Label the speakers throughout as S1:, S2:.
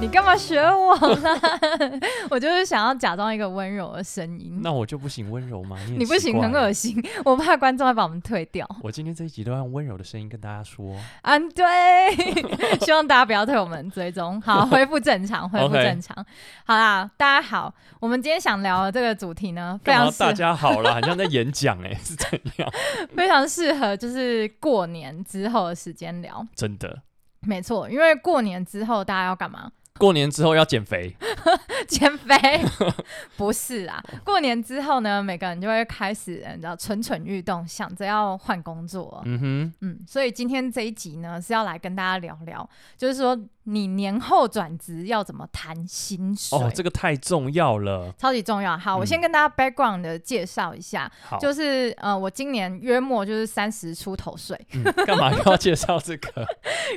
S1: 你干嘛学我 啦？我就是想要假装一个温柔的声音。
S2: 那我就不行温柔吗？你
S1: 你不行，很恶
S2: 心。
S1: 心，我怕观众会把我们退掉。
S2: 我今天这一集都要用温柔的声音跟大家说。
S1: 嗯，对， 希望大家不要对我们追踪。 好，恢复正常，恢复
S2: OK
S1: 正常。好啦，大家好，我们今天想聊的这个主题呢， 非
S2: 干
S1: 常
S2: 嘛
S1: 适
S2: 大家好啦，好像在演讲 哎、是怎样？
S1: 非常适合就是过年之后的时间聊。
S2: 真的，
S1: 没错，因为过年之后大家要干嘛？
S2: 过年之后要减肥，
S1: 减 肥？不是啊，过年之后呢，每个人就会开始，你知道，蠢蠢欲动，想着要换工作。
S2: 嗯哼，
S1: 嗯，所以今天这一集呢是要来跟大家聊聊，就是说你年后转职要怎么谈薪水，
S2: 哦，这个太重要了。
S1: 超级重要。好，我
S2: 嗯
S1: 先跟大家 background 的介绍一下，
S2: 好，
S1: 就是呃，我今年约莫就是三十出头岁，
S2: 嗯干、嘛要介绍这个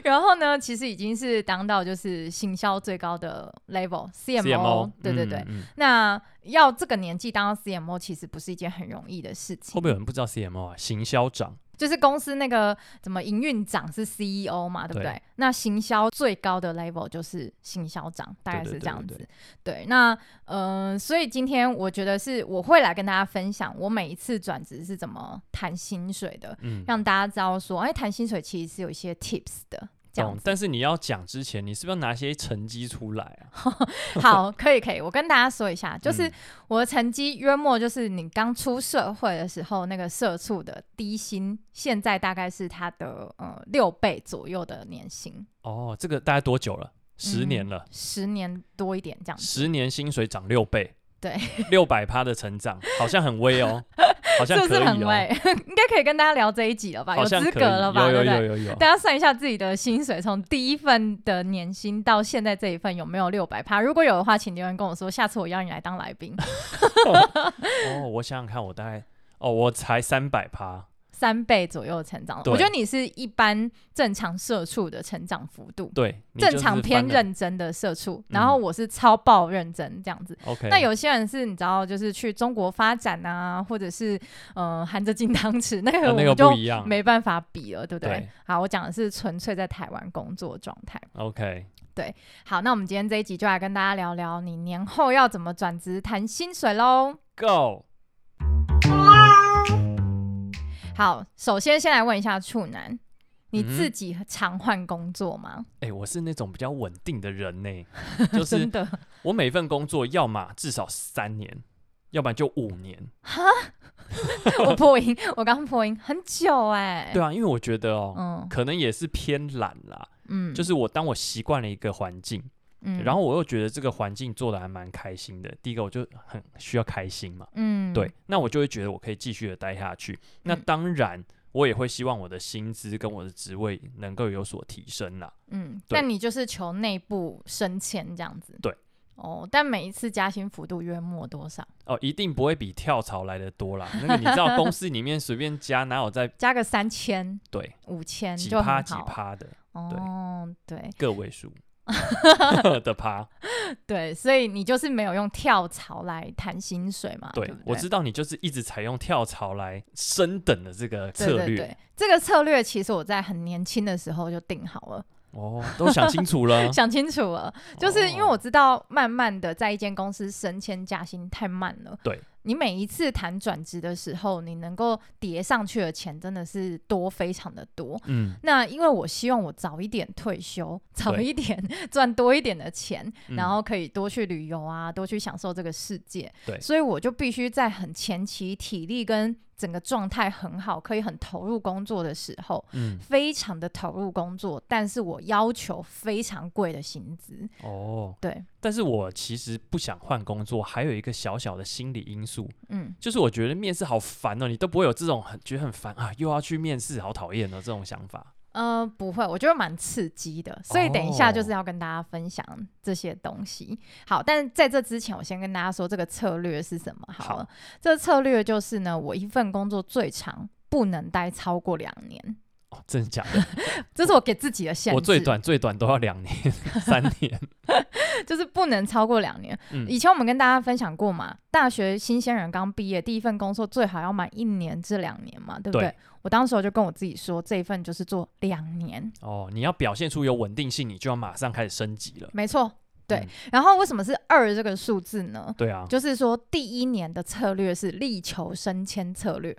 S1: 然后呢，其实已经是当到就是行销最高的 level CMO，,
S2: CMO？
S1: 对对对。
S2: 嗯嗯
S1: 那要这个年纪当到 CMO，其实不是一件很容易的事情。
S2: 会不会有人不知道 CMO 啊？行销长，
S1: 就是公司那个怎么营运长是 CEO 嘛，对不对？
S2: 对
S1: 那行销最高的 level 就是行销长，大概
S2: 对对
S1: 是
S2: 对
S1: 这样子。
S2: 对
S1: 对那嗯、呃所以今天我觉得是我会来跟大家分享我每一次转职是怎么谈薪水的，
S2: 嗯，
S1: 让大家知道说，哎，谈薪水其实是有一些 tips 的。这样
S2: 懂
S1: 子。
S2: 但是你要讲之前，你是不是要拿些成绩出来啊？
S1: 好，可以可以，我跟大家说一下， 就是
S2: 嗯
S1: 我的成绩约莫就是你刚出社会的时候那个社畜的低薪，现在大概是他的呃六倍左右的年薪，
S2: 哦，这个大概多久了？十年了，
S1: 十年多一点这样子。
S2: 十年薪水涨六倍，
S1: 对，
S2: 六百趴的成长，好像很威 哦，好像
S1: 是不
S2: 可
S1: 是
S2: 以
S1: 很
S2: 哦，
S1: 累？ 应该可以跟大家聊这一集了吧？
S2: 好
S1: 有
S2: 像
S1: 资
S2: 可
S1: 格
S2: 以
S1: 了吧？
S2: 有
S1: 对
S2: 有
S1: 不
S2: 有
S1: 对？
S2: 有有，
S1: 大家算一下自己的薪水，从第一份的年薪到现在这一份有没有六百趴？如果有的话，请留言跟我说，下次我邀你来当来 宾，
S2: 哦，我想想看，我大概哦，我才三百趴，
S1: 三倍左右的成长。
S2: 对
S1: 我觉得你是一般正常社畜的成长幅度。
S2: 对，你
S1: 正
S2: 就是
S1: 常偏
S2: 翻了嗯
S1: 认真的社畜，然后我是超爆认真这样子。
S2: ，OK，
S1: 那有些人是你知道，就是去中国发展啊，或者是呃含着金汤匙，那
S2: 啊
S1: 个我
S2: 那个
S1: 们就
S2: 不一样
S1: 没办法比了，对不对？
S2: 对
S1: 好，我讲的是纯粹在台湾工作状态。
S2: ，OK，
S1: 好，那我们今天这一集就来跟大家聊聊你年后要怎么转职谈薪水喽。
S2: Go，
S1: 好，首先先来问一下处男，你
S2: 嗯
S1: 自己常换工作吗？
S2: 哎、我是那种比较稳定的人 呢，就是
S1: 真的
S2: 我每份工作要么至少三年，要不然就五年。
S1: 我破音，我刚破音，很久哎、
S2: 对啊，因为我觉得哦，
S1: 嗯
S2: 可能也是偏懒啦，
S1: 嗯，
S2: 就是我当我习惯了一个环境，
S1: 嗯
S2: 然后我又觉得这个环境做的还蛮开心的。第一个我就很需要开心嘛，
S1: 嗯，
S2: 对，那我就会觉得我可以继续的待下去。那
S1: 嗯
S2: 当然，我也会希望我的薪资跟我的职位能够有所提升啦。
S1: 嗯，
S2: 对
S1: 那你就是求内部升迁这样子。
S2: 对。
S1: 哦，但每一次加薪幅度约莫多少？
S2: 哦，一定不会比跳槽来的多啦。那个你知道，公司里面随便加哪 有在
S1: 加个三千、
S2: 对
S1: 五千
S2: 几
S1: 就很
S2: 趴
S1: 好。
S2: 几趴的
S1: 哦，对
S2: 个 位数的
S1: 哦
S2: 趴？
S1: 对，所以你就是没有用跳槽来谈薪水嘛？对
S2: 对
S1: 不对，
S2: 我知道你就是一直采用跳槽来升等的这个
S1: 对
S2: 策
S1: 对
S2: 略
S1: 对，这个策略其实我在很年轻的时候就定好了，，
S2: 哦，都想清楚 了
S1: 想清楚了，就是因为我
S2: 哦
S1: 知道慢慢的在一间公司升迁加薪太慢了。
S2: 对。
S1: 你每一次谈转职的时候，你能够叠上去的钱真的是多，非常的多。
S2: 嗯，
S1: 那因为我希望我早一点退休，早
S2: 对
S1: 一点 赚多一点的钱，
S2: 嗯
S1: 然后可以多去旅游啊，多去享受这个世界。
S2: 对
S1: 所以我就必须在很前期体力跟整个状态很好，可以很投入工作的时候，
S2: 嗯
S1: 非常的投入工作，但是我要求非常贵的薪资。
S2: 哦，
S1: 对，
S2: 但是我其实不想换工作，还有一个小小的心理因素，
S1: 嗯，
S2: 就是我觉得面试好烦哦，你都不会有这种很觉得很烦啊，又要去面试，好讨厌哦这种想法。
S1: 呃，不会，我觉得蛮刺激的，所以等一
S2: 哦
S1: 下就是要跟大家分享这些东西。好，但在这之前，我先跟大家说这个策略是什么好了。这个策略就是呢，我一份工作最长不能待超过两年，
S2: 哦，真的假 的？
S1: 这是我给自己的限制。
S2: 我最短最短都要两年、三年。
S1: 就是不能超过两年。
S2: 嗯
S1: 以前我们跟大家分享过嘛，大学新鲜人刚毕业，第一份工作最好要满一年至两年嘛，对不对？
S2: 对
S1: 我当时我就跟我自己说，这一份就是做两年，
S2: 哦，你要表现出有稳定性，你就要马上开始升级了。
S1: 没错。对，
S2: 嗯
S1: 然后为什么是二这个数字呢？
S2: 对啊，
S1: 就是说，第一年的策略是力求升迁策略。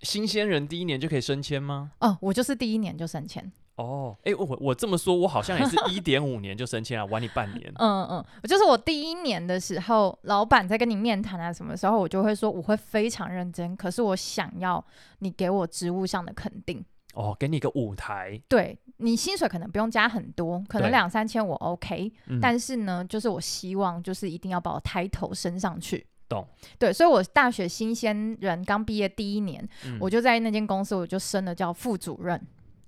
S2: 新鲜人第一年就可以升迁吗？
S1: 哦，我就是第一年就升迁。
S2: 哦，哎、我我这么说，我好像也是一点五年就升迁了，啊晚你半年。
S1: 嗯嗯，我就是我第一年的时候，老板在跟你面谈啊什么时候，我就会说我会非常认真，可是我想要你给我职务上的肯定。
S2: 哦，给你一个舞台，
S1: 对你薪水可能不用加很多，可能
S2: 对
S1: 两三千我 OK，
S2: 嗯、
S1: 但是呢，就是我希望就是一定要把我抬头升上去。
S2: 懂？
S1: 对，所以我大学新鲜人刚毕业第一年，
S2: 嗯
S1: 我就在那间公司，我就升了叫副主任，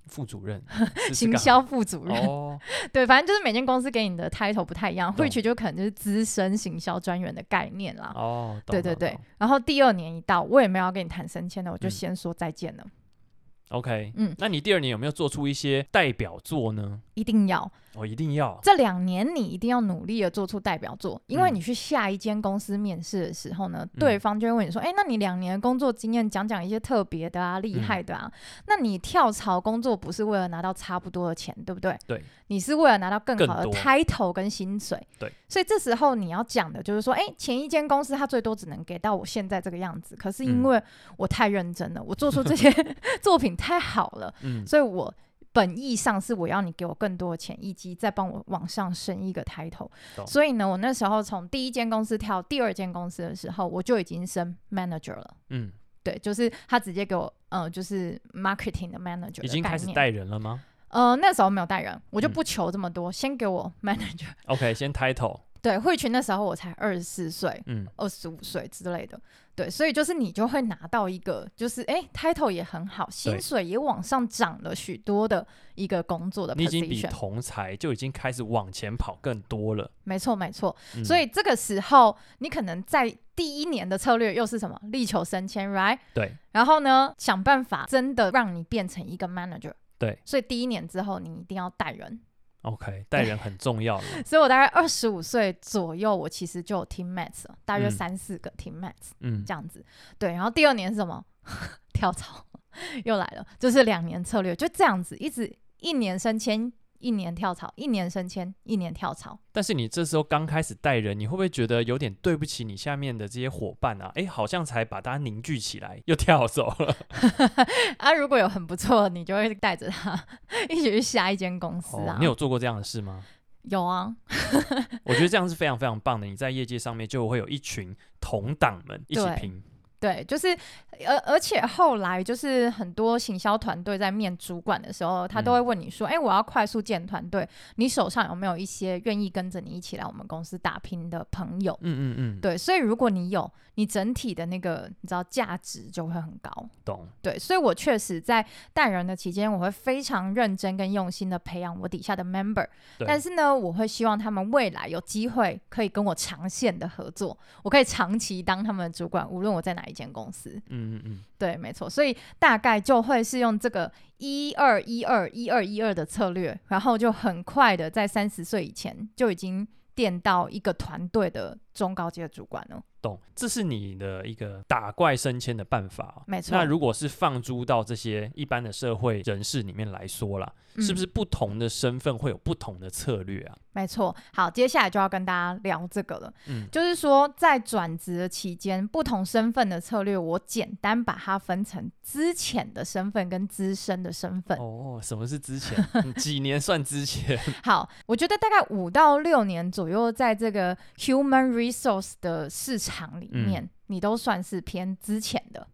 S2: 副 主任
S1: 行销副主任。
S2: 哦，
S1: 对，反正就是每间公司给你的 title 不太一样，
S2: 懂
S1: 汇取就可能就是资深行销专员的概念啦。
S2: 哦，懂
S1: 对对
S2: 懂
S1: 对
S2: 懂，
S1: 然后第二年一到，我也没有要跟你谈升迁的，我就
S2: 嗯
S1: 先说再见了，
S2: ，OK，
S1: 嗯
S2: 嗯，那你第二年有没有做出一些代表作呢？
S1: 一定要。
S2: 哦，一定要，
S1: 这两年你一定要努力的做出代表作，因为
S2: 嗯
S1: 你去下一间公司面试的时候呢，对方就会问你说：“哎、那你两年的工作经验，讲讲一些特别的啊、厉害的啊。
S2: 嗯
S1: 那你跳槽工作不是为了拿到差不多的钱，对不对？
S2: 对，
S1: 你是为了拿到更好的
S2: 更多
S1: title 跟薪水。
S2: 对，
S1: 所以这时候你要讲的就是说：哎、前一间公司它最多只能给到我现在这个样子，可是因
S2: 嗯
S1: 为我太认真了，我做出这些作品太好了，
S2: 嗯，
S1: 所以我本意上是我要你给我更多的钱，以及再帮我往上升一个 title。
S2: 懂
S1: 所以呢，我那时候从第一间公司跳第二间公司的时候，我就已经升 manager 了。
S2: 嗯，
S1: 对，就是他直接给我，呃，就是 marketing 的 manager 的
S2: 已经
S1: 概
S2: 开始
S1: 念。
S2: 带人了吗
S1: 呃，那时候没有带人，我就
S2: 嗯
S1: 不求这么多，先给我 manager。
S2: ？OK，先 title，
S1: 对，汇群那时候我才二十四岁，
S2: 嗯，
S1: 二十五岁之类的，对，所以就是你就会拿到一个，就是哎、t i t l e 也很好，薪水也往上涨了许多的一个工作的
S2: 你已经比
S1: position，
S2: 同才就已经开始往前跑更多了，
S1: 没错没错。
S2: 嗯
S1: 所以这个时候，你可能在第一年的策略又是什么？力求升迁，right？
S2: 对，
S1: 然后呢，想办法真的让你变成一个 manager。
S2: 对，
S1: 所以第一年之后，你一定要带人。
S2: OK，带人很重要了，
S1: 所以我大概二十五岁左右，我其实就有 team mates 了，大约
S2: 嗯
S1: 三四个 team mates。
S2: 嗯
S1: 这，样子。对，然后第二年是什么？ 跳槽又来了，就是两年策略，就这样子，一直一年升迁，一年跳槽，一年升迁，一年跳槽。
S2: 但是你这时候刚开始带人，你会不会觉得有点对不起你下面的这些伙伴啊？哎，好像才把大家凝聚起来，又跳走了。
S1: 啊，如果有很不错的，你就会带着他一起去下一间公司啊。
S2: 哦你有做过这样的事吗？
S1: 有啊，
S2: 我觉得这样是非常非常棒的，你在业界上面就会有一群同党们一起
S1: 对
S2: 拼。
S1: 对，就是，而、而且后来就是很多行销团队在面主管的时候，他
S2: 嗯
S1: 都会问你说：“哎、我要快速建团队，你手上有没有一些愿意跟着你一起来我们公司打拼的朋友？”
S2: 嗯嗯嗯，
S1: 对，所以如果你有，你整体的那个你知道价值就会很高。
S2: 懂。
S1: 对，所以我确实在带人的期间，我会非常认真跟用心的培养我底下的 member，
S2: 对
S1: 但是呢，我会希望他们未来有机会可以跟我长线的合作，我可以长期当他们的主管，无论我在哪一间公司。
S2: 嗯嗯嗯，
S1: 对，没错，所以大概就会是用这个一二一二一二一二的策略，然后就很快的在三十岁以前就已经垫到一个团队的中高阶的主管了。
S2: 懂。这是你的一个打怪升迁的办法哦、
S1: 没错
S2: 那如果是放诸到这些一般的社会人士里面来说啦，是
S1: 嗯
S2: 不是不同的身份会有不同的策略啊？
S1: 没错，好，接下来就要跟大家聊这个了。
S2: 嗯
S1: 就是说，在转职的期间，不同身份的策略，我简单把它分成资浅的身份跟资深的身份。
S2: 哦，什么是之前？嗯几年算之前？
S1: 好，我觉得大概五到六年左右，在这个 human resource 的市场里面，
S2: 嗯
S1: 你都算是偏资浅的。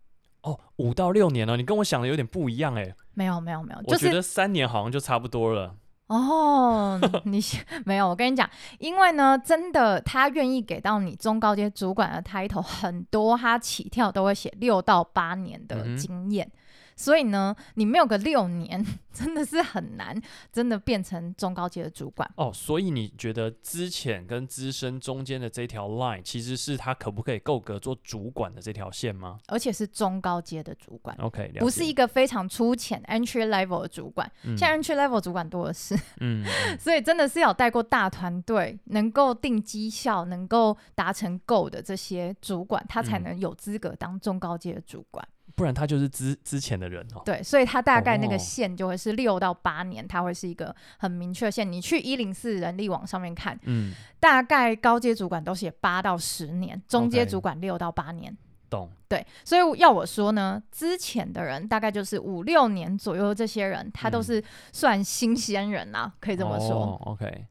S2: 哦，五到六年了，你跟我想的有点不一样哎、
S1: 没有，没有，没有，
S2: 我
S1: 就
S2: 觉
S1: 是
S2: 得三年好像就差不多了。
S1: 哦， 你没有，我跟你讲，因为呢，真的他愿意给到你中高阶主管的 title 很多，他起跳都会写六到八年
S2: 嗯
S1: 的
S2: 哼
S1: 经验，所以呢，你没有个六年， 真的是很难，真的变成中高级的主管。
S2: 哦，所以你觉得资浅跟资深中间的这条 line 其实是他可不可以够格做主管的这条线吗
S1: 而且是中高阶的主管，
S2: ？OK，了哦
S1: 不是
S2: 解
S1: 一个非常粗浅 entry level 的主管。
S2: 嗯
S1: 现在 entry level 主管多的是，
S2: 嗯嗯
S1: 所以真的是要有带过大团队，能够定绩效，能够达成 goal 的这些主管，他才
S2: 嗯
S1: 能有资格当中高阶的主管。
S2: 不然他就是资资浅的人哦。
S1: 对，所以他大概那
S2: 哦
S1: 个线就会是六到八年，它会是一个很明确的线。你去一零四人力网上面看，
S2: 嗯，
S1: 大概高阶主管都写八到十年，中阶
S2: OK
S1: 主管六到八年。
S2: 懂。
S1: 对，所以要我说呢，之前的人大概就是五六年左右，这些人他都
S2: 嗯
S1: 是算新鲜人啦、可以这么说。
S2: 哦、？OK，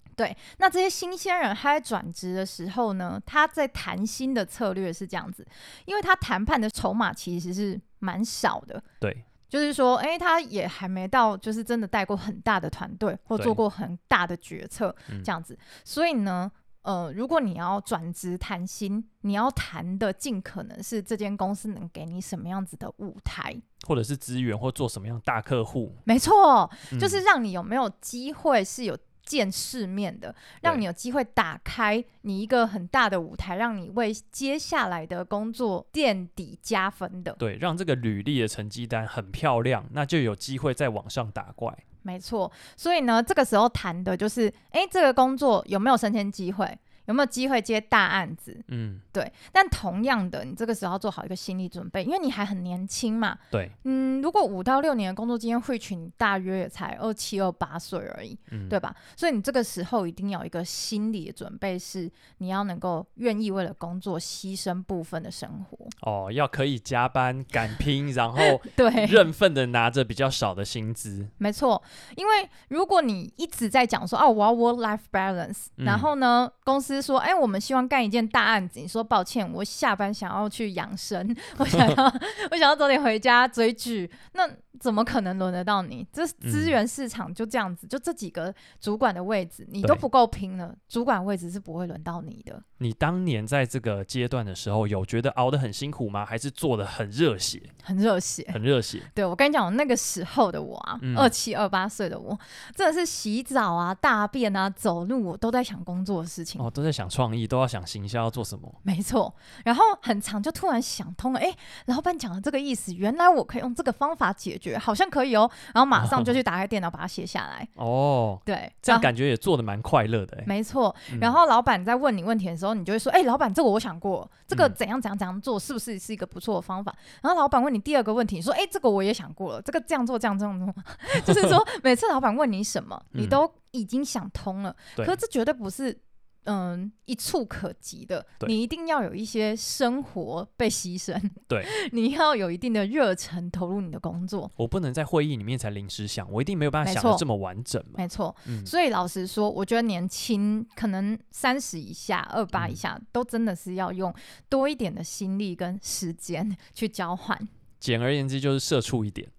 S1: 那这些新鲜人他在转职的时候呢，他在谈薪的策略是这样子，因为他谈判的筹码其实是蛮少的，
S2: 对，
S1: 就是说，哎、他也还没到，就是真的带过很大的团队或
S2: 对
S1: 做过很大的决策
S2: 嗯
S1: 这样子。所以呢，呃，如果你要转职谈薪，你要谈的尽可能是这间公司能给你什么样子的舞台。
S2: 或者是资源或做什么样大客户，
S1: 没错，
S2: 嗯
S1: 就是让你有没有机会是有。见世面的，让你有机会打开你一个很大的舞台，让你为接下来的工作垫底加分的。
S2: 对，让这个履历的成绩单很漂亮，那就有机会再往上打怪。
S1: 没错，所以呢，这个时候谈的就是，诶，这个工作有没有升迁机会，有没有机会接大案子？
S2: 嗯，
S1: 对，但同样的，你这个时候要做好一个心理准备，因为你还很年轻嘛。
S2: 对，
S1: 嗯，如果五到六年的工作经验会群，你大约也才二七二八岁而已，
S2: 嗯，
S1: 对吧？所以你这个时候一定要有一个心理的准备，是你要能够愿意为了工作牺牲部分的生活。
S2: 哦，要可以加班、敢 拼，然后
S1: 对，
S2: 认份的拿着比较少的薪资。
S1: 没错，因为如果你一直在讲说哦，我要 work life balance，、
S2: 嗯
S1: 然后呢，公司说，哎，我们希望干一件大案子，你说抱歉，我下班想要去养生，我想 要我想要早点回家追剧，那怎么可能轮得到你？这
S2: 嗯
S1: 资源市场就这样子，就这几个主管的位置，你都
S2: 对
S1: 不够拼了，主管位置是不会轮到你的。
S2: 你当年在这个阶段的时候，有觉得熬得很辛苦吗？还是做得很热血，
S1: 很热血，
S2: 很热血？
S1: 对哎我跟你讲，我那个时候的我啊
S2: 嗯，
S1: 二七二八岁的我，真的是洗澡啊、大便啊、走路，我都在想工作的事情。
S2: 哦，都在想创意，都要想行销要做什么。
S1: 没错，然后很长就突然想通了，哎，老板讲的这个意思，原来我可以用这个方法解决，好像可以哦。然后马 上就去打开电脑把它写下来。
S2: 哦，
S1: 对，
S2: 这样
S1: 然后
S2: 感觉也做得蛮快乐的、欸。
S1: 没错。
S2: 嗯
S1: 然后老板在问你问题的时候，你就会说，哎，老板，这个我想过，这个
S2: 嗯
S1: 怎样怎样怎样做，是不是是一个不错的方法？然后老板问你第二个问题，你说，哎，这个我也想过了，这个这样做这样这样做， 就是说每次老板问你什么，你
S2: 嗯
S1: 都已经想通了，
S2: 对
S1: 可这绝对不是。嗯，一触可及的，
S2: 对
S1: 你一定要有一些生活被牺牲，
S2: 对，
S1: 你要有一定的热忱投入你的工作，
S2: 我不能在会议里面才临时想，我一定没有办法
S1: 没
S2: 想的
S1: 错
S2: 这么完整 嘛。
S1: 没错。
S2: 嗯，
S1: 所以老实说，我觉得年轻可能三十以下、二八以
S2: 嗯
S1: 下，都真的是要用多一点的心力跟时间 去交换，
S2: 简而言之就是社畜一点。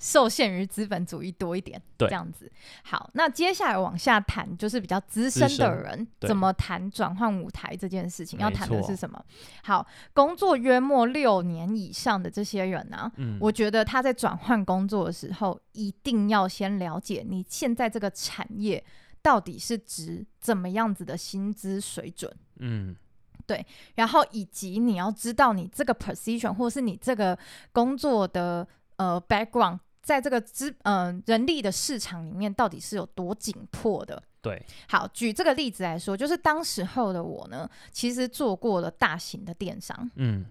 S1: 受限于资本主义多一点，
S2: 对
S1: 这样子。好，那接下来往下谈，就是比较资深
S2: 资
S1: 的
S2: 深
S1: 人
S2: 对
S1: 怎么谈转换舞台这件事情，要
S2: 没
S1: 谈的
S2: 错
S1: 是什么？好，工作约莫六年以上的这些人啊呢、
S2: 嗯，
S1: 我觉得他在转换工作的时候，一定要先了解你现在这个产业到底是值怎么样子的薪资水准，
S2: 嗯
S1: 然后以及你要知道你这个 position 或是你这个工作的呃 background。在这个资呃人力的市场里面，到底是有多紧迫的？
S2: 对，
S1: 好，举这个例子来说，就是当时候的我呢，其实做过了大型的电商，
S2: 嗯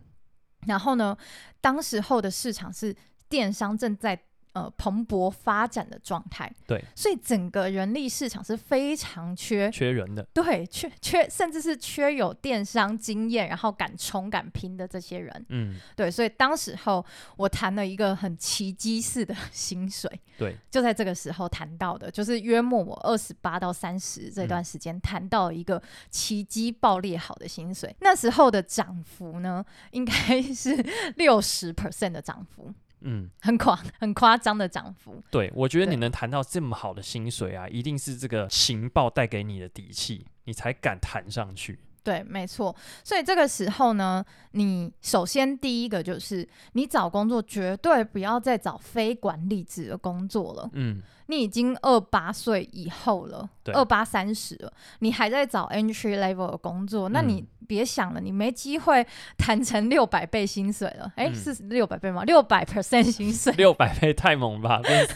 S1: 然后呢，当时候的市场是电商正在呃蓬勃发展的状态，
S2: 对，
S1: 所以整个人力市场是非常缺，
S2: 缺人的。
S1: 对，缺缺，甚至是缺有电商经验，然后敢冲敢拼的这些人，
S2: 嗯，
S1: 对，所以当时候我谈了一个很奇迹式的薪水，
S2: 对，
S1: 就在这个时候谈到的，就是约莫我二十八到三十这段时间谈到一个奇迹爆裂好的薪水，那时候的涨幅呢，应该是 六十 percent 的涨幅，
S2: 嗯，
S1: 很夸很夸张的涨幅，
S2: 对，我觉得你
S1: 对
S2: 能谈到这么好的薪水啊，一定是这个情报带给你的底气，你才敢谈上去。
S1: 对，没错。所以这个时候呢，你首先第一个就是，你找工作绝对不要再找非管理职的工作了。
S2: 嗯，
S1: 你已经二八岁以后了，
S2: 对
S1: 二八三十了，你还在找 entry level 的工作，那
S2: 嗯
S1: 你别想了，你没机会谈成六百倍薪水了。哎、
S2: 嗯。
S1: 是六百倍吗？六百 percent 薪水
S2: 六百倍太猛吧， E 变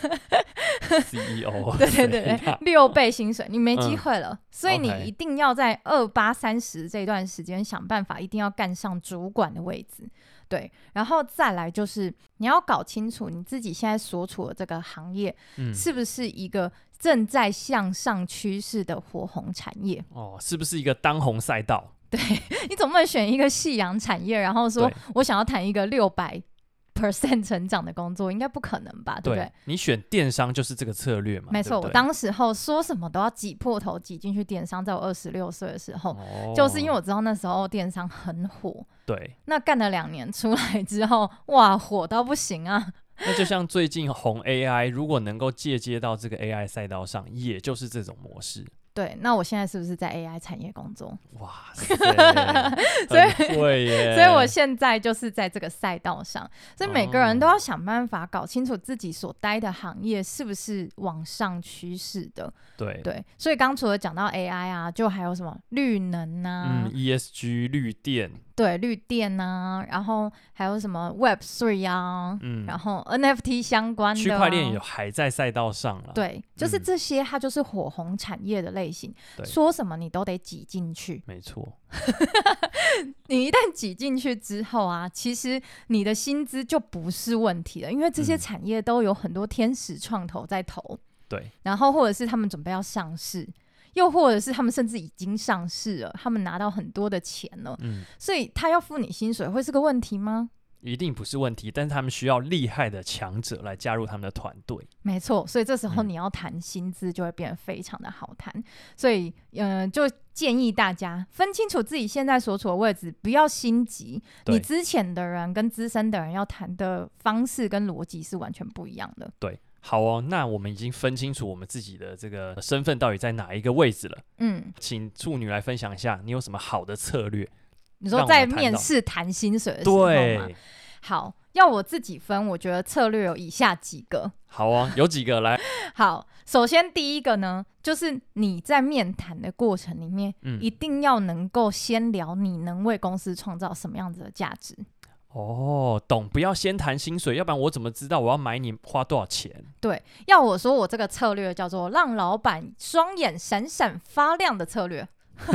S2: CEO，
S1: 对对对
S2: 谁
S1: 对
S2: 呀，
S1: 六倍薪水你没机
S2: 嗯
S1: 会了，所以你
S2: OK
S1: 一定要在二八三十这段时间想办法，一定要干上主管的位置。对，然后再来就是你要搞清楚你自己现在所处的这个行业
S2: 嗯，
S1: 是不是一个正在向上趋势的火红产业？
S2: 哦，是不是一个当红赛道？
S1: 你总不能选一个夕阳产业，然后说
S2: 对
S1: 我想要谈一个六百 percent 成长的工作，应该不可能吧？对不对？
S2: 你选电商就是这个策略嘛？
S1: 没
S2: 对
S1: 错，
S2: 不对
S1: 我当时候说什么都要挤破头挤进去电商，在我二十六岁的时候，
S2: 哦
S1: 就是因为我知道那时候电商很火。
S2: 对，
S1: 那干了两年出来之后， 哇，火到不行啊！
S2: 那就像最近红 AI，如果能够借接到这个 AI 赛道上，也就是这种模式。
S1: 对，那我现在是不是在 AI 产业工作？
S2: 哇 塞，很会耶！
S1: 所以我现在就是在这个赛道上，所以每个人
S2: 哦
S1: 都要想办法搞清楚自己所待的行业是不是往上趋势的。
S2: 对
S1: 对，所以刚除了讲到 AI 啊，就还有什么绿能啊，
S2: 嗯，ESG 绿电，
S1: 对，绿电啊，然后还有什么 Web Three 啊，
S2: 嗯，
S1: 然后 NFT 相关的、啊、
S2: 区块链也还在赛道上了。，
S1: 对，就是
S2: 嗯
S1: 这些，它就是火红产业的类型，
S2: 对
S1: 说什么你都得挤进去。
S2: 没错，
S1: 你一旦挤进去之后啊，其实你的薪资就不是问题了，因为这些
S2: 嗯
S1: 产业都有很多天使创投在投，
S2: 对，
S1: 然后或者是他们准备要上市，又或者是他们甚至已经上市了，他们拿到很多的钱了，
S2: 嗯，
S1: 所以他要付你薪水会是个问题吗？
S2: 一定不是问题，但是他们需要厉害的强者来加入他们的团队。
S1: 没错，所以这时候
S2: 嗯
S1: 你要谈薪资就会变得非常的好谈，所以嗯、呃就建议大家分清楚自己现在所处的位置，不要心急。
S2: 对
S1: 你之前的人跟资深的人要谈的方式跟逻辑是完全不一样的。
S2: 对，好哦，那我们已经分清楚我们自己的这个身份到底在哪一个位置了。
S1: 嗯，
S2: 请处女来分享一下，你有什么好的策略？
S1: 你
S2: 让
S1: 说
S2: 我
S1: 在
S2: 们谈
S1: 面
S2: 到
S1: 试谈薪水的时候嘛，
S2: 对，
S1: 好，要我自己分，我觉得策略有以下几个。
S2: 好哦，有几个来，
S1: 好，首先第一个呢，就是你在面谈的过程里面，
S2: 嗯
S1: 一，定要能够先聊你能为公司创造什么样子的价值。
S2: 哦，懂，不要先谈薪水，要不然我怎么知道我要买你花多少钱？
S1: 对，要我说，我这个策略叫做让老板双眼闪闪发亮的策略，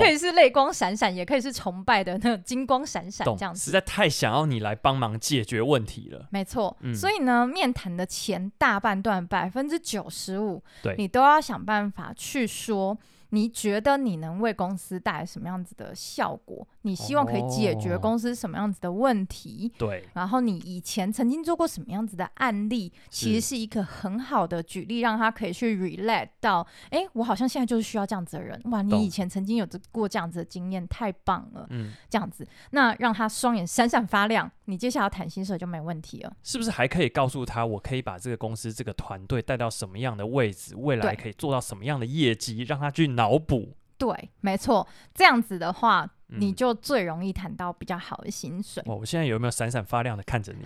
S1: 可以是泪光闪闪，也可以是崇拜的那种金光闪闪
S2: 懂
S1: 这样，
S2: 实
S1: 子。
S2: 在太想要你来帮忙解决问题了。
S1: 没错，
S2: 嗯
S1: 所以呢，面谈的前大半段百分之九十五，
S2: 对
S1: 你都要想办法去说，你觉得你能为公司带来什么样子的效果？你希望可以解决
S2: 哦
S1: 公司什么样子的问题？
S2: 对，
S1: 然后你以前曾经做过什么样子的案例，其实
S2: 是
S1: 是一个很好的举例，让他可以去 relate 到，哎，我好像现在就是需要这样子的人，哇，你
S2: 懂
S1: 以前曾经有这过这样子的经验，太棒了，
S2: 嗯，
S1: 这样子，那让他双眼闪闪发亮，你接下来要谈薪水就没问题了。
S2: 是不是还可以告诉他，我可以把这个公司、这个团队带到什么样的位置，未来
S1: 对
S2: 可以做到什么样的业绩，让他去脑补？
S1: 对，没错，这样子的话，
S2: 嗯
S1: 你就最容易谈到比较好的薪 水，
S2: 哦哇，我现在有没有闪闪发亮的看着你？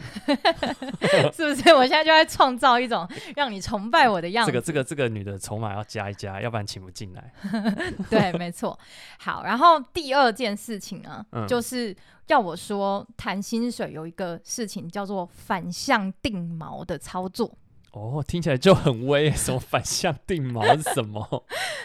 S1: 是不是？我现在就在创造一 种让你崇拜我的样
S2: 这
S1: 子。
S2: 个、这个、这个女的筹码要加一加，要不然请不进来。
S1: 对，没错。好，然后第二件事情呢，
S2: 嗯
S1: 就是要我说谈薪水有一个事情叫做反向定锚的操作。
S2: 哦，听起来就 很威，什么反向定锚是什么？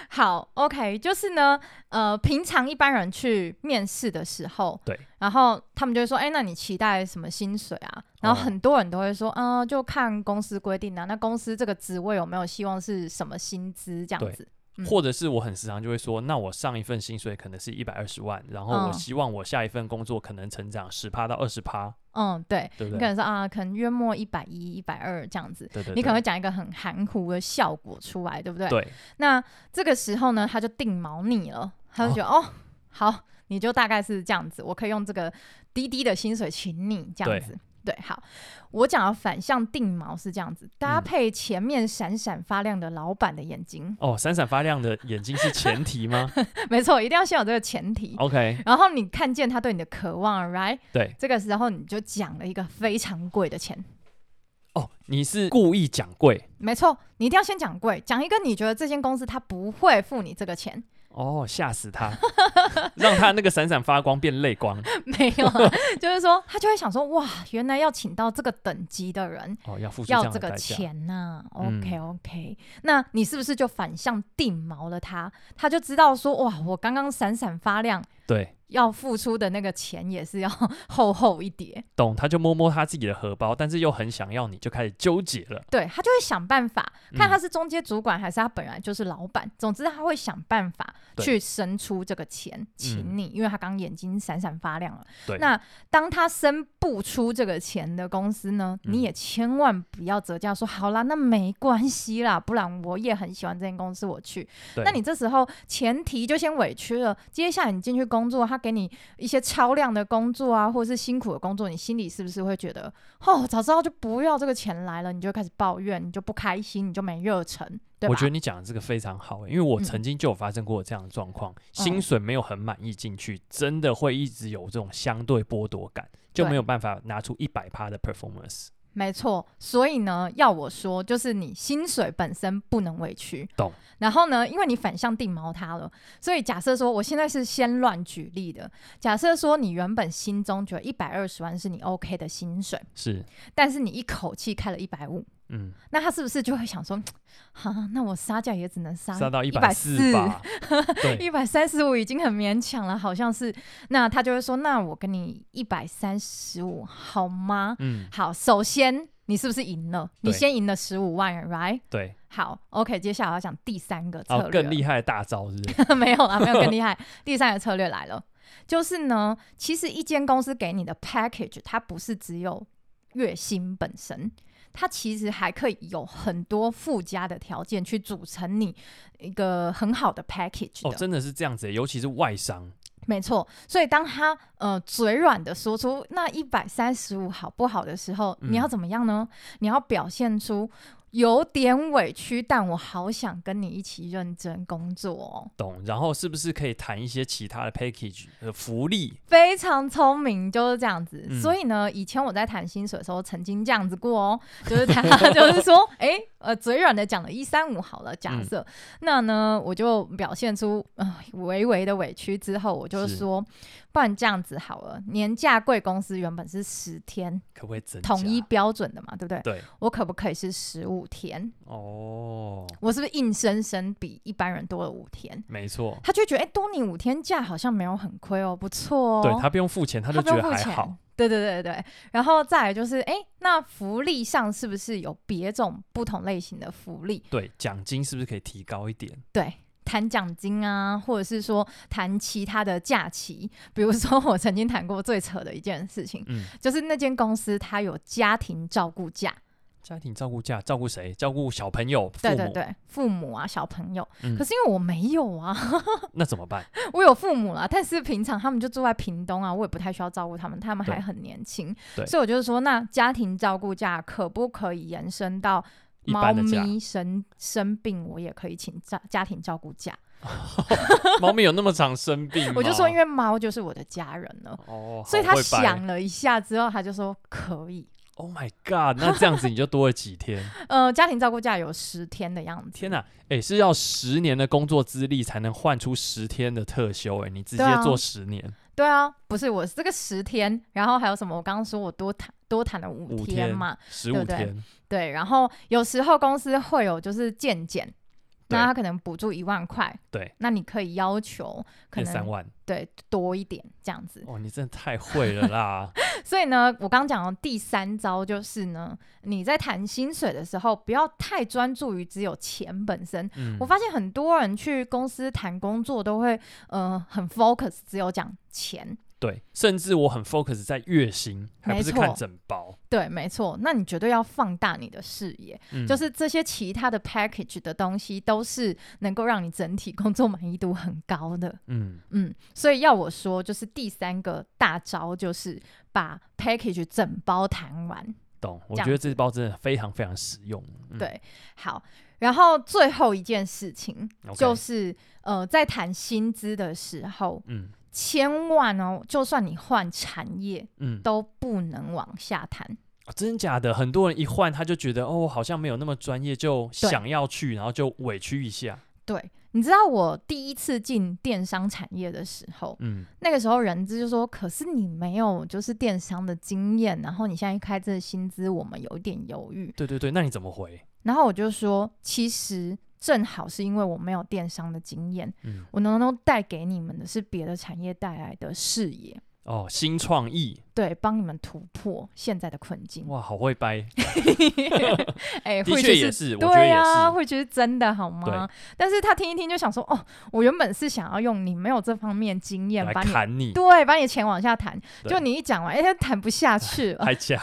S1: 好，OK，就是呢，呃，平常一般人去面试的时候，
S2: 对，
S1: 然后他们就会说，哎、那你期待什么薪水啊？然后
S2: 哦
S1: 很多人都会说，嗯、就看公司规定啊，那公司这个职位有没有希望是什么薪资这样
S2: 对
S1: 子？嗯
S2: 或者是我很时常就会说，那我上一份薪水可能是一百二十万，然后
S1: 嗯
S2: 我希望我下一份工作可能成长十趴到二十趴，
S1: 嗯，对，
S2: 对
S1: 你
S2: 不
S1: 可
S2: 对？
S1: 能说啊，可能约莫一百一、一百二这样子。
S2: 对对，
S1: 你可能
S2: 对
S1: 会讲一个很含糊的效果出来，对不对？
S2: 对
S1: 那这个时候呢，他就定锚你了，他就觉得哦好，你就大概是这样子，我可以用这个滴滴的薪水请你这样子。对，好，我讲的反向定锚是这样子，搭
S2: 嗯
S1: 配前面闪闪发亮的老板的眼睛，
S2: 哦，闪闪发亮的眼睛是前提吗
S1: 没错，一定要先有这个前提。
S2: ？OK，
S1: 然后你看见他对你的渴望，right？
S2: 对，
S1: 这个时候你就讲了一个非常贵的钱，
S2: 哦，你是故意讲贵
S1: 没错，你一定要先讲贵，讲一个你觉得这间公司他不会付你这个钱，
S2: 哦，吓死他， 让他那个闪闪发光变泪光。
S1: 没有啊，就是说他就会想说，哇，原来要请到这个等级的人，
S2: 哦，要付出这
S1: 要
S2: 样
S1: 这
S2: 的
S1: 个
S2: 代价。
S1: 钱呐、
S2: 嗯
S1: OK OK，、那你是不是就反向定锚了他？他就知道说，哇，我刚刚闪闪发亮，
S2: 对，
S1: 要付出的那个钱也是要 厚厚一叠。
S2: 懂，他就摸摸他自己的荷包，但是又很想要你，就开始纠结了。
S1: 对他就会想办法，看
S2: 嗯
S1: 他是中介主管还是他本来就是老板，总之他会想办法
S2: 对嗯
S1: 去生出这个钱，请你，因为他刚眼睛闪闪发亮了。
S2: 对
S1: 那当他生不出这个钱的公司呢，
S2: 嗯
S1: 你也千万不要折价说好啦，那没关系啦，不然我也很喜欢这间公司，我去。
S2: 对，
S1: 那你这时候前提就先委屈了，接下来你进去工作，他给你一些超量的工作啊，或者是辛苦的工作，你心里是不是会觉得，哦，早知道就不要这个钱来了，你就开始抱怨，你就不开心，你就没热忱，对吧？
S2: 我觉得你讲的这个非常好、因为我
S1: 嗯
S2: 曾经就有发生过这样的状况，薪水没有很满意进去，真的会一直有这种相对剥夺感，就
S1: 对
S2: 没有办法拿出一百趴的 performance。
S1: 没错，所以呢，要我说，就是你薪水本身不能委屈，
S2: 懂？
S1: 然后呢，因为你反向定锚它了，所以假设说，我现在是先乱举例的，假设说你原本心中觉得一百二十万是你 OK 的薪水，
S2: 是，
S1: 但是你一口气开了一百五，
S2: 嗯，
S1: 那他是不是就会想说，哈，那我杀价也只能杀
S2: 杀到一
S1: 百
S2: 四吧，对，
S1: 一百三十五已经很勉强了，好像是。那他就会说，那我跟你一百三十五好吗？
S2: 嗯，
S1: 好，首先你是不是赢了？你
S2: 对
S1: 先赢了十五万元，right？
S2: 对，
S1: 好，OK，接下来我要讲第三个
S2: 哦
S1: 策，略了，
S2: 更厉害的大招是不 是？
S1: 没有 啦，没有更厉害。第三个策略来了，就是呢，其实一间公司给你的 package，它不是只有月薪本身，它其实还可以有很多附加的条件去组成你一个很好的 package
S2: 哦，
S1: 的。
S2: 真的是这样子耶，尤其是外商，
S1: 没错，所以当他呃嘴软的说出那一百三十五好不好的时候，
S2: 嗯
S1: 你要怎么样呢？你要表现出有点委屈，但我好想跟你一起认真工作哦。
S2: 懂？然后是不是可以谈一些其他的 package 呃福利？
S1: 非常聪明，就是这样子。
S2: 嗯
S1: 所以呢，以前我在谈薪水的时候，曾经这样子过哦，就是他就是说，诶，呃，嘴软的讲了一三五好了，假设、那呢，我就表现出呃微微的委屈之后，我就是说，不然这样子好了，年假贵公司原本是十天
S2: 可不可以增加
S1: 统一？标准的嘛，对不对？
S2: 对，
S1: 我可不可以是十五天？
S2: 哦，
S1: 我是不是硬生生比一般人多了五天？
S2: 没错，
S1: 他就觉得，诶，哎多你五天假好像没有很亏哦，不错哦。
S2: 对他不用付钱，他
S1: 他
S2: 就
S1: 不
S2: 觉
S1: 用
S2: 得
S1: 付
S2: 还
S1: 钱
S2: 好，。
S1: 对对对对，然后再来就是，哎，那福利上是不是有别种不同类型的福利？
S2: 对，奖金是不是可以提高一点？
S1: 对，谈奖金啊，或者是说谈其他的假期。比如说，我曾经谈过最扯的一件事情，
S2: 嗯，
S1: 就是那间公司它有家庭照顾假，
S2: 家庭照顾假照顾谁？照顾小朋友、父
S1: 对
S2: 母，
S1: 对对，父母啊、小朋友。
S2: 嗯
S1: 可是因为我没有啊，
S2: 那怎么办？
S1: 我有父母啦，但是平常他们就住在屏东啊，我也不太需要照顾他们，他们还
S2: 对
S1: 很年轻，
S2: 对
S1: 所以我就是说，那家庭照顾假可不可以延伸到
S2: 一
S1: 猫
S2: 般的假，
S1: 咪生生病，我也可以请家家庭照顾假？
S2: 猫咪有那么常生病吗？
S1: 我就说，因为猫就是我的家人了。
S2: 哦，
S1: 所以他
S2: 想
S1: 想了一下之后，他就说可以。
S2: ，Oh my God，那这样子你就多了几天。
S1: 呃，家庭照顾假有十天的样子。
S2: 天哪、哎、是要十年的工作资历才能换出十天的特休、哎，你直接
S1: 对啊
S2: 做十年，
S1: 对啊，不是我这个十天，然后还有什么？我刚刚说我多谈多谈了五
S2: 五
S1: 天嘛，
S2: 十
S1: 对
S2: 五
S1: 不对
S2: 天，
S1: 对。然后有时候公司会有就是健检，那
S2: 对
S1: 他可能补助一万块，
S2: 对，
S1: 那你可以要求可
S2: 变三
S1: 能
S2: 万。
S1: 对多一点这样子。
S2: 哦，你真的太会了 啦！
S1: 所以呢，我刚讲的第三招就是呢，你在谈薪水的时候，不要太专注于只有钱本身。
S2: 嗯
S1: 我发现很多人去公司谈工作都会，呃，很 focus，只有讲钱。
S2: 对，甚至我很 focus 在月薪，还
S1: 没
S2: 不是看
S1: 错
S2: 整包。
S1: 对，没错，那你绝对要放大你的视野，
S2: 嗯
S1: 就是这些其他的 package 的东西都是能够让你整体工作满意度很高的。
S2: 嗯
S1: 嗯，所以要我说，就是第三个大招就是把 package 整包谈完。
S2: 懂。我
S1: 这样
S2: 觉得这包真的非常非常实用。嗯
S1: 对，好，然后最后一件事情
S2: OK
S1: 就是呃，在谈薪资的时候，
S2: 嗯
S1: 千万哦，就算你换产业，
S2: 嗯、
S1: 都不能往下谈。
S2: 哦真假的？很多人一换他就觉得哦，好像没有那么专业，就想要去，然后就委屈一下。
S1: 对，你知道我第一次进电商产业的时候，
S2: 嗯，
S1: 那个时候人资就说：“可是你没有就是电商的经验，啊然后你现在开这个薪资，我们有一点犹豫。
S2: 对对对，那你怎么回？”
S1: 然后我就说：“其实正好是因为我没有电商的经验，
S2: 嗯，
S1: 我能够带给你们的是别的产业带来的视野，
S2: 哦，新创意，
S1: 对，帮你们突破现在的困境。
S2: 哇，好会掰，
S1: 哎，
S2: 的
S1: 会
S2: 确
S1: 就是
S2: 也是，我觉得
S1: 对
S2: 也
S1: 啊，
S2: 是，
S1: 会觉得真的好吗？但是他听一听就想说，哦，我原本是想要用你没有这方面经验
S2: 来
S1: 把你
S2: 砍你，
S1: 对把你的钱往下谈，
S2: 对
S1: 就你一讲完，哎，他谈不下去 了。
S2: 还假，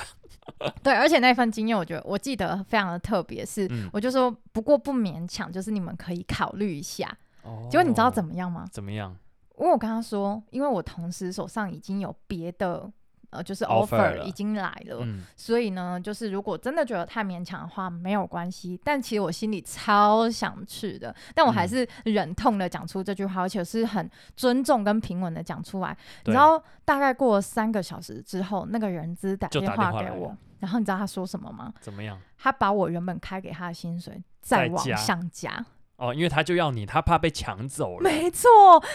S1: 对，而且那份经验，我觉得我记得非常的特别，是、
S2: 嗯
S1: 我就说，不过不勉强，就是你们可以考虑一下。
S2: 哦
S1: 结果你知道怎么样吗？
S2: 怎么样？
S1: 因为我跟他说，因为我同时手上已经有别的。呃，就是
S2: Offer
S1: offer
S2: 了
S1: 已经来了，
S2: 嗯，
S1: 所以呢，就是如果真的觉得太勉强的话，没有关系。但其实我心里超想去的，但我还
S2: 嗯
S1: 是忍痛的讲出这句话，而且是很尊重跟平稳的讲出来。你
S2: 对
S1: 知道，大概过了三个小时之后，那个人资打
S2: 就打
S1: 电话
S2: 电话
S1: 给
S2: 来
S1: 我
S2: 了，
S1: 然后你知道他说什么吗？
S2: 怎么样？
S1: 他把我原本开给他的薪水再
S2: 再
S1: 往
S2: 加
S1: 上加。
S2: 哦，因为他就要你，他怕被抢走了。
S1: 没错，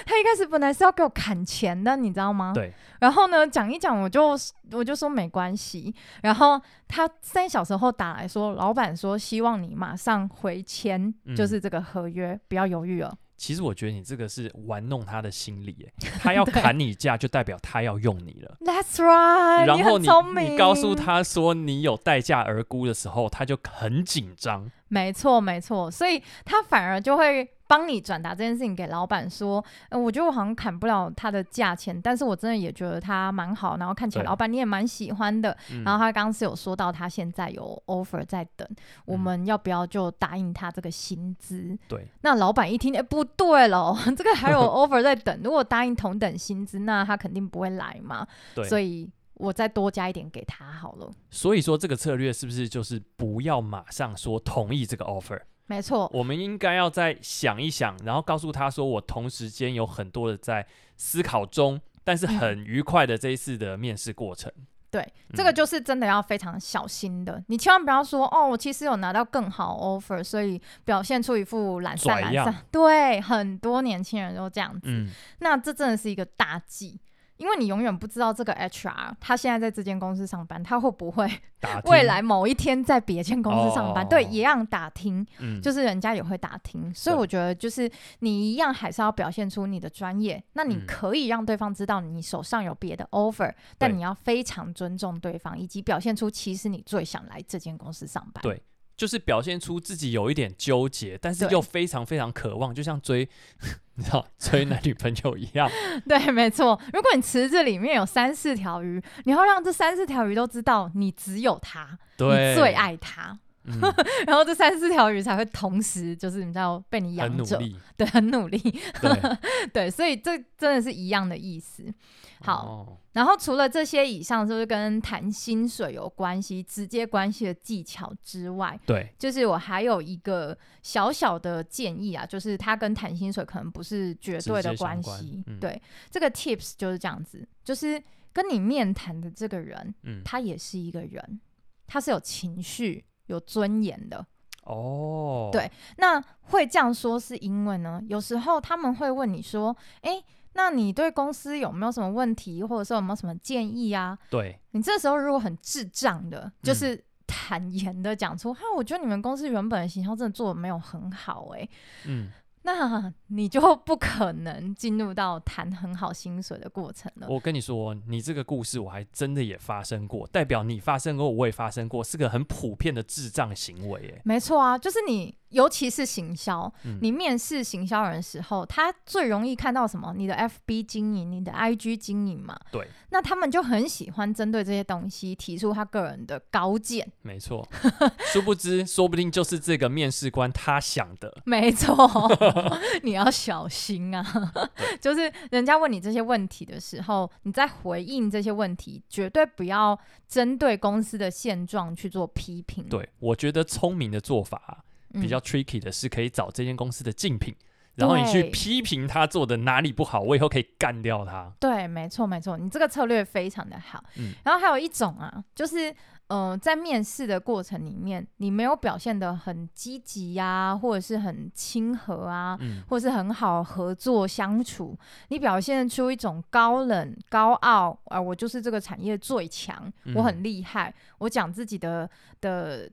S1: 他一开始本来是要给我砍钱的，你知道吗？
S2: 对。
S1: 然后呢，讲一讲，我就我就说没关系。然后他三小时后打来说，老板说希望你马上回签，
S2: 嗯
S1: 就是这个合约，不要犹豫了。哦
S2: 其实我觉得你这个是玩弄他的心理，哎， 他要
S1: 对
S2: 砍你价，就代表他要用你了。
S1: That's right，
S2: 然后
S1: 哎很
S2: 你
S1: 聪明。
S2: 你告诉，他说你有待价而沽的时候，他就很紧 张。
S1: 没错没错，所以他反而就会。帮你转达这件事情给老板说，呃，我觉得我好像砍不了他的价钱，但是我真的也觉得他蛮好，然后看起来
S2: 对
S1: 老板你也蛮喜欢的，
S2: 嗯
S1: 然后他刚刚是有说到他现在有 offer 在等，我
S2: 嗯
S1: 们要不要就答应他这个薪资？
S2: 对，
S1: 那老板一听，哎、不对了， 这个还有 offer 在等，如果答应同等薪资，那他肯定不会来嘛。
S2: 对
S1: 所以我再多加一点给他好了。
S2: 所以说这个策略是不是就是不要马上说同意这个 offer？
S1: 没错，
S2: 我们应该要再想一想，然后告诉他说我同时间有很多的在思考中，但
S1: 嗯
S2: 是很愉快的这一次的面试过程。
S1: 对，
S2: 嗯
S1: 这个就是真的要非常小心的，你千万不要说哦，我其实有拿到更好 offer，所以表现出一副懒散
S2: 拽
S1: 懒
S2: 样
S1: 散。对，很多年轻人都这样子。
S2: 嗯，
S1: 那这真的是一个大忌，因为你永远不知道这个 HR 他现在在这间公司上班，他会不会
S2: 打啊听
S1: 未来某一天在别间公司上班？
S2: 哦
S1: 对，一样打听，
S2: 嗯
S1: 就是人家也会打听，所以
S2: 对
S1: 我觉得就是你一样还是要表现出你的专业。那你
S2: 嗯
S1: 可以让对方知道你手上有别的 offer，但你要非常尊重对方，以及表现出其实你最想来这间公司上班。
S2: 对就是表现出自己有一点纠结，但是
S1: 对
S2: 又非常非常渴望，就像追， 你知道追男女朋友一 样。
S1: 对，没错。如果你池子里面有三四条鱼，你要让这三四条鱼都知道你只有它，
S2: 对，
S1: 你最。爱它。
S2: 嗯、
S1: 然后这三四条鱼才会同时就是你知道被你
S2: 很
S1: 养
S2: 努
S1: 着，
S2: 力。
S1: 对，很努力，
S2: 对，
S1: 对，所以这真的是一样的意思。好，
S2: 哦
S1: 然后除了这些以上就是跟谈薪水有关系、直接关系的技巧之外，
S2: 对，
S1: 就是我还有一个小小的建议啊，就是它跟谈薪水可能不是绝对的关
S2: 直接
S1: 系
S2: 相关。嗯
S1: 对，这个 tips 就是这样子，就是跟你面谈的这个人，
S2: 嗯，
S1: 他也是一个人，他是有情绪、有尊严的。
S2: 哦，
S1: 对那会这样说是因为呢，有时候他们会问你说：“诶，那你对公司有没有什么问题，或者说有没有什么建议啊
S2: 对，？”
S1: 你这时候如果很智障的，
S2: 嗯
S1: 就是坦言的讲出：“哈、我觉得你们公司原本的形象真的做的没有很好、诶，
S2: 嗯，
S1: 那你就不可能进入到谈很好薪水的过程了。
S2: 我跟你说，你这个故事我还真的也发生过，代表你发生过，我也发生过，是个很普遍的智障行为，哎，
S1: 没错啊，就是你尤其是行销，
S2: 嗯
S1: 你面试行销人的时候，他最容易看到什么？你的 FB 经营，你的 IG 经营嘛。
S2: 对。
S1: 那他们就很喜欢针对这些东西提出他个人的高见。
S2: 没错。殊不知，说不定就是这个面试官他想的。
S1: 没错， 你要小心啊！就是人家问你这些问题的时候，你在回应这些问题，绝对不要针对公司的现状去做批评。，嗯
S2: 对，我觉得聪明的做法啊、比较、tricky 的是，可以找这间公司的竞品，然后你去
S1: 对
S2: 批评他做的哪里不好，我以后可以干掉他。
S1: 对，没错没错，你这个策略非常的好。
S2: 嗯
S1: 然后还有一种啊，就是呃，在面试的过程里面，你没有表现的很积极啊，或者是很亲和啊，
S2: 嗯，
S1: 或是很好合作相处，你表现出一种高冷、高傲啊、我就是这个产业最强，
S2: 嗯
S1: 我很厉害。我讲自己的的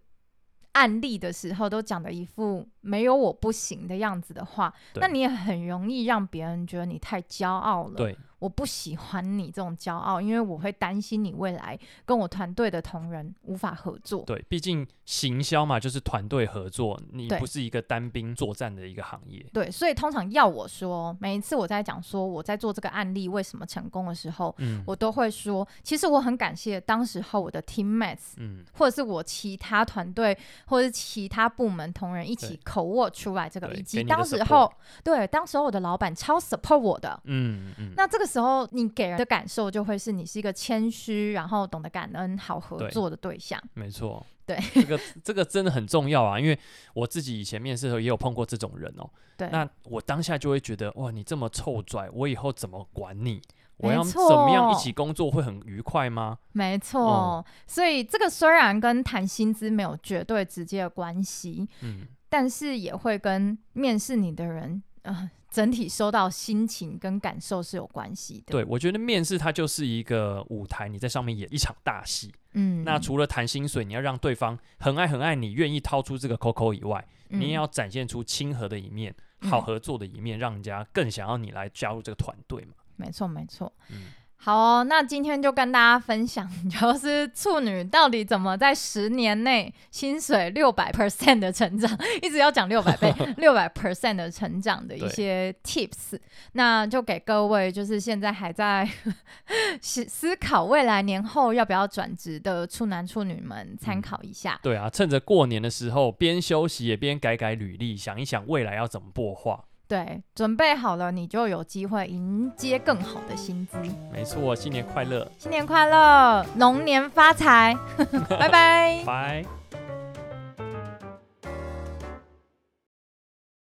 S1: 案例的时候，都讲的一副没有我不行的样子的话，
S2: 对
S1: 那你也很容易让别人觉得你太骄傲了。
S2: 对，
S1: 我不喜欢你这种骄傲，因为我会担心你未来跟我团队的同仁无法合作。
S2: 对，毕竟行销嘛，就是团队合作，你
S1: 对
S2: 不是一个单兵作战的一个行业。
S1: 对，所以通常要我说，每一次我在讲说我在做这个案例为什么成功的时候，
S2: 嗯
S1: 我都会说，其实我很感谢当时候我的 teammates，
S2: 嗯，
S1: 或者是我其他团队，或者是其他部门同仁一起
S2: 对
S1: 口握出来这个，
S2: 对
S1: 以
S2: 给
S1: 及
S2: 你的
S1: 当时
S2: support
S1: 候对，当时候我的老板超 support 我的。
S2: 嗯嗯，
S1: 那这个时候，你给人的感受就会是你是一个谦虚，然后懂得感恩、好合
S2: 对
S1: 作的对象。
S2: 没错，
S1: 对，
S2: 这个这个真的很重要啊，因为我自己以前面试的时候也有碰过这种人哦。
S1: 对，
S2: 那我当下就会觉得，哇，你这么臭拽，我以后怎么管你？我
S1: 没
S2: 要怎
S1: 错
S2: 么样一起工作会很愉快吗？
S1: 没错。
S2: 哦
S1: 所以这个虽然跟谈薪资没有绝对直接的关系，
S2: 嗯，
S1: 但是也会跟面试你的人呃整体收到心情跟感受是有关系的。，
S2: 对，我觉得面试它就是一个舞台，你在上面演一场大戏。
S1: 嗯，
S2: 那除了谈薪水，你要让对方很爱很爱你，愿意掏出这个 COCO 以外，你
S1: 嗯
S2: 也要展现出亲和的一面、好合作的一面，让人家更想要你来加入这个团队嘛。
S1: 没错没错。
S2: 嗯
S1: 好哦，那今天就跟大家分享， 就是处女到底怎么在十年内薪水六百 percent 的成长，一直要讲六百 倍，六百 percent 的成长的一
S2: 对
S1: 些 tips。那就给各位，就是现在还在 思思考未来年后要不要转职的处男处女们参
S2: 嗯
S1: 考一下。
S2: 对啊，趁着过年的时候，边休息也边改改履历，想一想未来要怎么擘画。
S1: 对，准备好了，你就有机会迎接更好的薪资。
S2: 没错，新年快乐，
S1: 新年快乐，龙年发财，拜拜。
S2: 拜。